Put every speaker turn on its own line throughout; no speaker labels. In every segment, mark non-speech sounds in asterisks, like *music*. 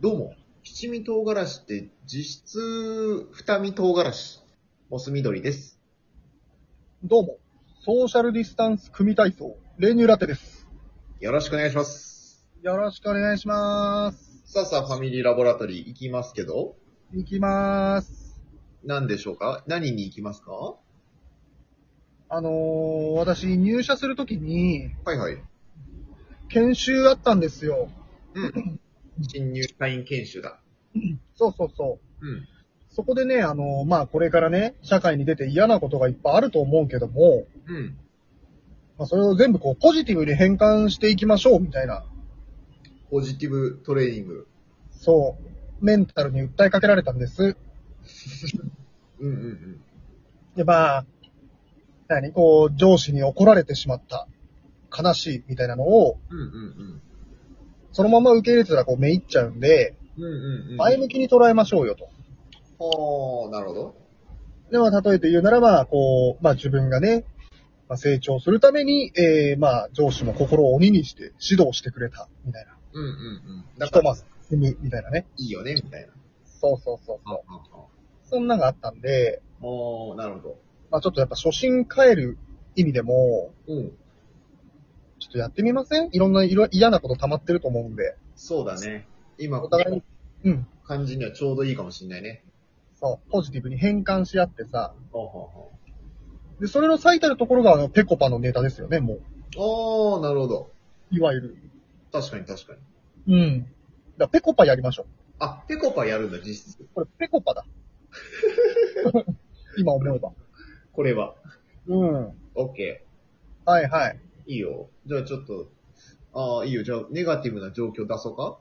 どうも、七味唐辛子って実質二味唐辛子、モス緑です。
どうも、ソーシャルディスタンス組体操、練乳ラテです。
よろしくお願いします。
よろしくお願いします。
さあさあファミリーラボラトリー行きますけど、
いきます。
何でしょうか何に行きますかは
あのー、私入社するときに
いはい。
研修あったんですよ。
うん。新入社員研修だ。
そうそうそう。
うん。
そこでね、あのー、まあ、これからね、社会に出て嫌なことがいっぱいあると思うけども、
うん。
まあ、それを全部こう、ポジティブに変換していきましょう、みたいな。
ポジティブトレーニング。
そう。メンタルに訴えかけられたんです。
うんうんうん。
で、まあ、何こう、上司に怒られてしまった。悲しい、みたいなのを、
うんうん
そのまま受け入れてたらこう目いっちゃうんで、
うん。うんうんうん。
前向きに捉えましょうよと。
はあ、なるほど。
で、まあ、例えて言うならば、こう、まあ自分がね、まあ、成長するために、えー、まあ上司も心を鬼にして指導してくれた、みたいな。
うんうんうん。だ
ひと
から、
まず進む、みたいなね。
いいよね、みたいな。
そうそうそう
ああ
そう。そんなのがあったんで、
あ、なるほど。
まあちょっとやっぱ初心変える意味でも、
うん。
ちょっとやってみませんいろんないろ嫌なこと溜まってると思うんで。
そうだね。今、
お互いに、うん。
感じにはちょうどいいかもしれないね。
そう、ポジティブに変換し合ってさ。
ほうほ
で、それの最たるところが、あの、ペコパのネタですよね、もう。
うほう。あー、なるほど。
いわゆる。
確かに確かに。
うん。だからペコパやりましょう。
あ、ペコパやるんだ、実質。
これペコパ *laughs* だ。今思えば。
これは。
うん。
オッケ
はいはい。
ー。いいよ。じゃあちょっと、あー、いいよ。じゃあ、ネガティブな状況出そうか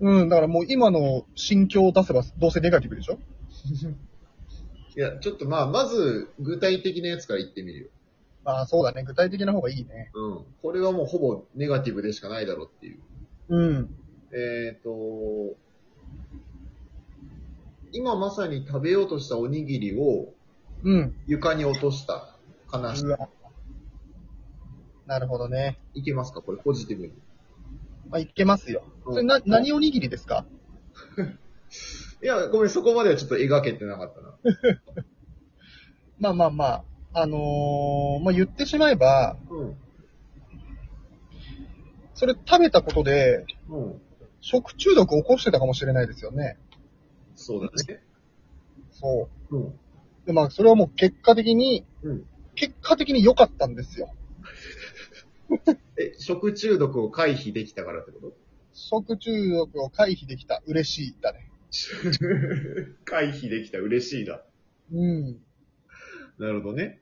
うん、だからもう今の心境を出せばどうせネガティブでしょ
いや、ちょっとまあ、まず、具体的なやつから言ってみるよ。
まあそうだね、具体的な方がいいね。
うん。これはもうほぼネガティブでしかないだろうっていう。
うん。
えっ、ー、と、今まさに食べようとしたおにぎりを
うん。
床に落とした。悲し
うわ。なるほどね。
い。いけますかこれポジティブに。
まあいけますよ。
うん
それな、何おにぎりですか
いや、ごめん、そこまではちょっと描けてなかったな。
まあまあまあ。あのー、まあ言ってしまえば、
うん。
それ食べたことで
うん。
食中毒を起こしてたかもしれないですよね。
そうだね。
そう。
うん。
で、まあ、それはもう結果的に、
うん
結果的に良かったんですよ。
え、食中毒を回避できたからってこと
食中毒を回避できた、嬉しいだね。
*laughs* 回避できた、嬉しいだ。
うん。
なるほどね。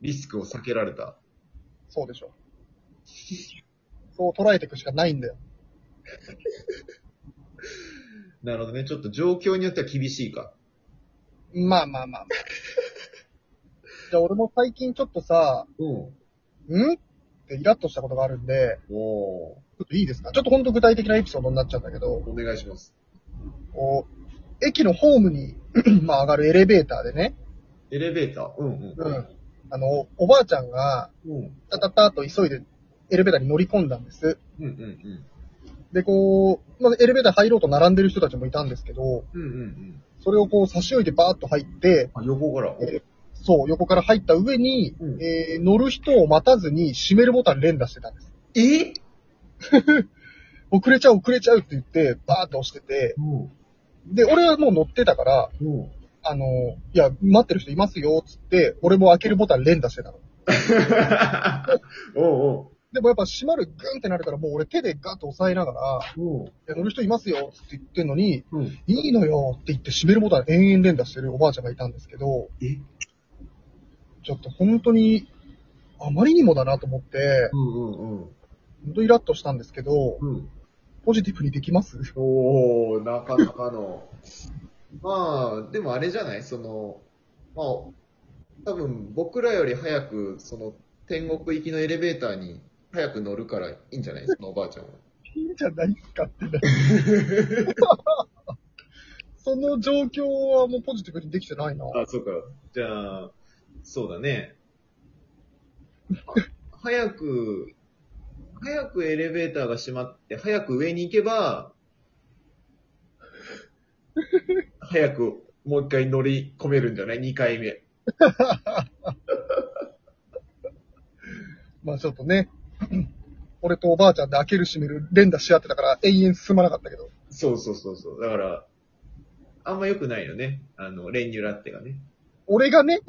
リスクを避けられた。
そうでしょ。そう捉えていくしかないんだよ。
なるほどね。ちょっと状況によっては厳しいか。
まあまあま
*laughs*
あ。じゃあ、俺も最近ちょっとさ、
うん。
んってイラッとしたことがあるんで、
おー。
ちょっといいですかちょっとほんと具体的なエピソードになっちゃうんだけど、
お願いします。
こう駅のホームに、 *clears throat* まあ上がるエレベーターでね、
エレベーターうん
う
うんん。。
あの、おばあちゃんが、
うん。うん。
タタタと急いでエレベーターに乗り込んだんです。
うんうん
で、こう、まあ、エレベーター入ろうと並んでる人たちもいたんですけど、
うん。うんうんうん。
それをこう差し置いてバーッと入って、
あ、横から。
えそう、横から入った上に、
うん
えー、乗る人を待たずに閉めるボタン連打してたんです。
え
遅れちゃう遅れちゃうって言って、バーッと押してて、
うん。
で、俺はもう乗ってたから、
うん。
あのいや、待ってる人いますよ、つって、俺も開けるボタン連打してたの。
*laughs* おう
でもやっぱ閉まるグンってなるから、もう俺手でガッと押さえながら、
おう。
いや乗る人いますよ、つって言ってんのに、
うん。うん。
いいのよって言って閉めるボタン延々連打してるおばあちゃんがいたんですけど、
え
ちょっと本当に、あまりにもだなと思って、
うんうんうん。
本当イラッとしたんですけど、
うん。
ポジティブにできます
おおなかなかの。まあ、でもあれじゃないその、まあ、多分僕らより早く、その、天国行きのエレベーターに早く乗るからいいんじ *laughs* ゃないそのおばあちゃんは。
いいんじゃないですかって。その状況はもうポジティブにできてないな。
あ、そうか。じゃあ、そうだね。あ早く、 *laughs* 早くエレベーターが閉まって、早く上に行けば、早くもう一回乗り込めるんじゃない ?2 回目。
まあちょっとね、俺とおばあちゃんで開ける閉める連打し合ってたから永遠進まなかったけど。
そうそうそうそう。だから、あんま良くないよね。あの、練乳ラッテがね。
俺がね、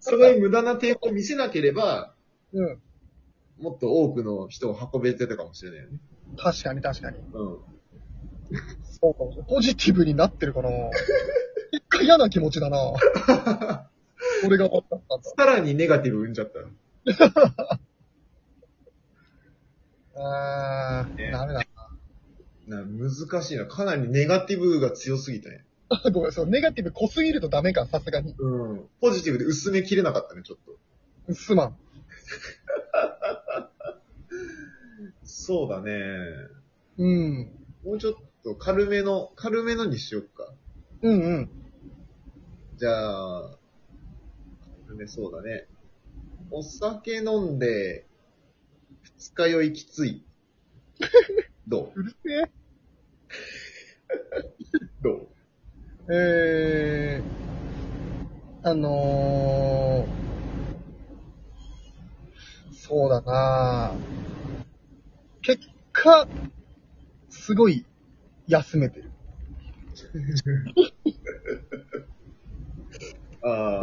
それに無駄な抵抗を見せなければ、
うん。
もっと多くの人を運べてたかもしれないよね。
確かに確かに。
うん。
そうかもしれない。ポジティブになってるかな一回嫌な気持ちだな俺が終わったんだ。
さらにネガティブ生んじゃった。
あー、
ね
ダメだ
な難しいな。かなりネガティブが強すぎたね。
な。ごめん、そう、ネガティブ濃すぎるとダメか、さすがに。
うん。ポジティブで薄めきれなかったね、ちょっと。
すまん。
そうだね。
うん。
もうちょっと軽めの、軽めのにしよっか。
うんうん。
じゃあ、軽めそうだね。お酒飲んで、二日酔いきつい。ど
*laughs* うるせえ。
う *laughs* どう
えー、あのー、そうだな結果、すごい休めてる。
ああ。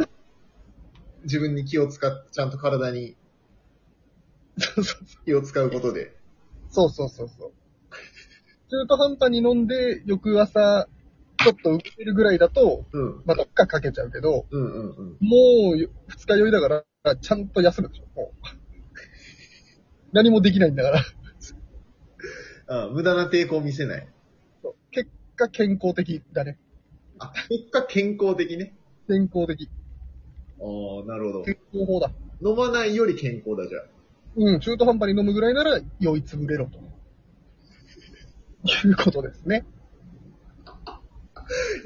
自分に気を使って、ちゃんと体に *laughs*
そうそう
気を使うことで。
そうそうそうそう。中途半端に飲んで、翌朝、ちょっと浮けてるぐらいだと、
うん。
また負荷かけちゃうけど、
うんうんうん。
もうよ二日酔いだから、ちゃんと休むでしょ、もう。何もできないんだから。
ああ無駄な抵抗を見せない。
そう結果健康的だね。
あ、結果健康的ね。
健康的。
ああ、なるほど。
健康法だ。
飲まないより健康だ、じゃあ。
うん、中途半端に飲むぐらいなら酔いつぶれろと。いうことですね。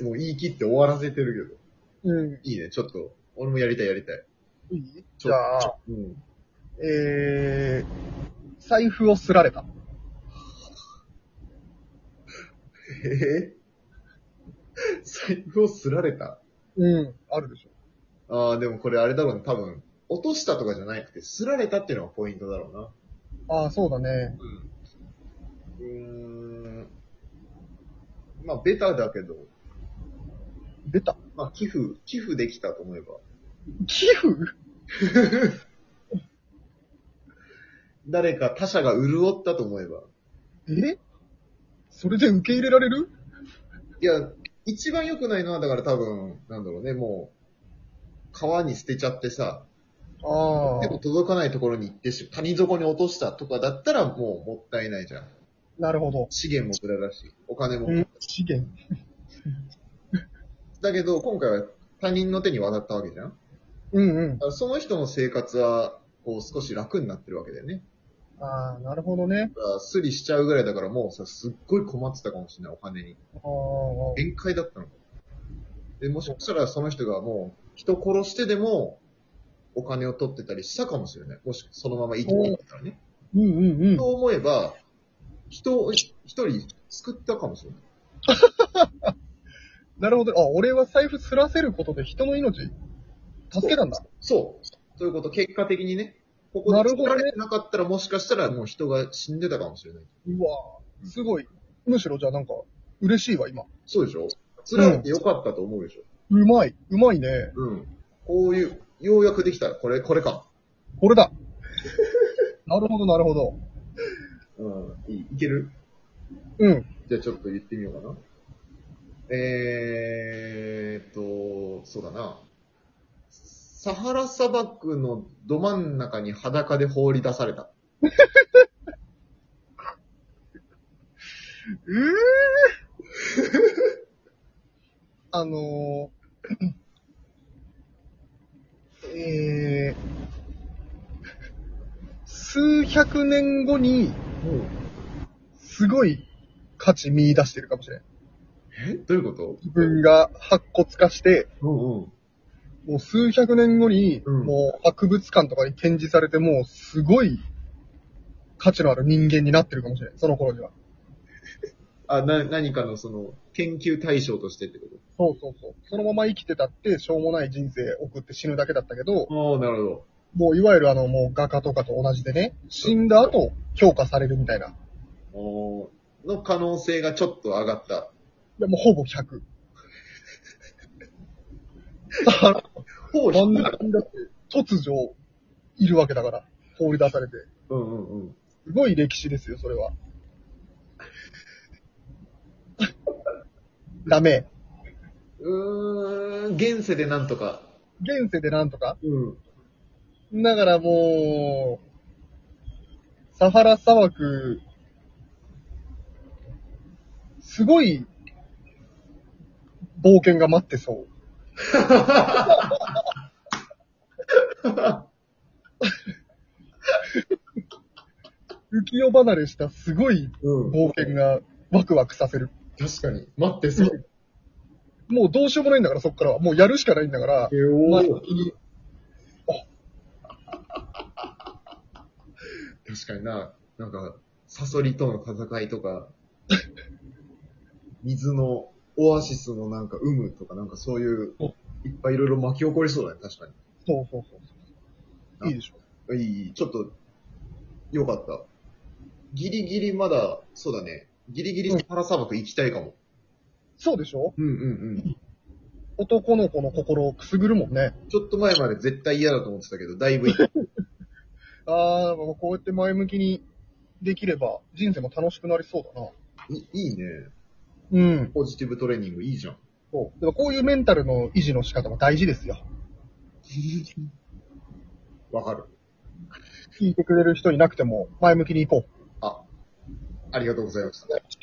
もう言い切って終わらせてる
うん。
けど。いいね、ちょっと。俺もやりたい、やりたい。
いい
ち
じ
ょ
ゃあ、
うん。
えー、財布をすられた。
え *laughs* ぇ財布をすられた
うん、あるでしょ。
ああ、でもこれあれだろうな、多分。落としたとかじゃなくて、すられたっていうのがポイントだろうな。
ああ、そうだね。
うん。うーん。まあ、ベタだけど、
出た。
まあ、寄付、寄付できたと思えば。
寄付
誰か他者が潤ったと思えば。
えそれで受け入れられる
いや、一番良くないのは、だから多分、なんだろうね、もう、川に捨てちゃってさ、
あ
でも
あ、
届かないところに行ってし、谷底に落としたとかだったらもうもったいないじゃん。
なるほど。
資源も無駄だし、お金も。
うん、資源。
だけど、今回は他人の手に渡ったわけじゃん。だ
うんうん。
からその人の生活は、こう少し楽になってるわけだよね。
ああ、なるほどね。
だからスリしちゃうぐらいだからもうさ、すっごい困ってたかもしれない、お金に。
ああ、
限界だったのか。で、もしかしたらその人がもう、人殺してでも、お金を取ってたりしたかもしれない。もし、そのまま生きていったらね。
うんうんうん
と。思えば、人を一人救ったかもしれない。
なるほど。あ、俺は財布すらせることで人の命、助けたんだ。
そう。そういうこと、結果的にね。ここ
な
で
る
救
ほどね
われてなかったら、もしかしたらもう人が死んでたかもしれない。
うわぁ、すごい。むしろじゃあなんか、嬉しいわ、今。
そうでしょ辛いてよかったと思うでしょ、
うまい。うまいね。
うん、こういう、ようやくできた。これ、これか。
これだ。 *laughs* なるほど、なるほど。
うん。いいいける
うん。
じゃあちょっと言ってみようかな。えーっと、そうだな。サハラ砂漠のど真ん中に裸で放り出された。
ええあのー、えー、数百年後に、すごい価値見出してるかもしれない。
えどういうこと
自分が白骨化して、
うんうん。
もう数百年後に、
うん
もう博物館とかに展示されて、もうすごい価値のある人間になってるかもしれない。その頃には。
あ、な、何かのその、研究対象としてってこ
そうそうそう。そのまま生きてたって、しょうもない人生送って死ぬだけだったけど、
とああ、なるほど。
もういわゆるあの、もう画家とかと同じでね、死んだ後、評価されるみたいな。い
おーの可能性がちょっと上がった。
や、もうほぼ100。だから、
ほう
真ん中にだって、突如、いるわけだから、放り出されて。
うんうんうん。
すごい歴史ですよ、それは。 *laughs* ダメ。
うーん、現世でなんとか。
現世でなんとか。
うん。
だからもう、サハラ砂漠、すごい、冒険が待ってそう。浮世離れしたすごい
うん。
冒険がワクワクさせる。
確かに。待って、そう。
もうどうしようもないんだから、そっからは。もうやるしかないんだから。
えお
まあ
ー確かにな、なんか、サソリとの戦いとか、 *laughs* 水のオアシスのなんか有無とかなんかそういう
お、
いっぱいいろいろ巻き起こりそうだね、確か
そうそうそう。いいでしょ。
に。いいいい、ちょっと、よかった。ギリギリまだ、そうだね、ギリギリ
うん
サハラ砂漠行きたいかも。
そうでしょ
うんうん
男の子の心をくすぐるもんね。
うん。ちょっと前まで絶対嫌だと思ってたけど、だいぶ行った、
ああ、こうやって前向きにできれば人生も楽しくなりそうだな。
いいいね。
うん。
ポジティブトレーニングいいじゃん。
そう。でもこういうメンタルの維持の仕方も大事ですよ。
わかる。
聞いてくれる人いなくても前向きに行こう。
ありがとうございました。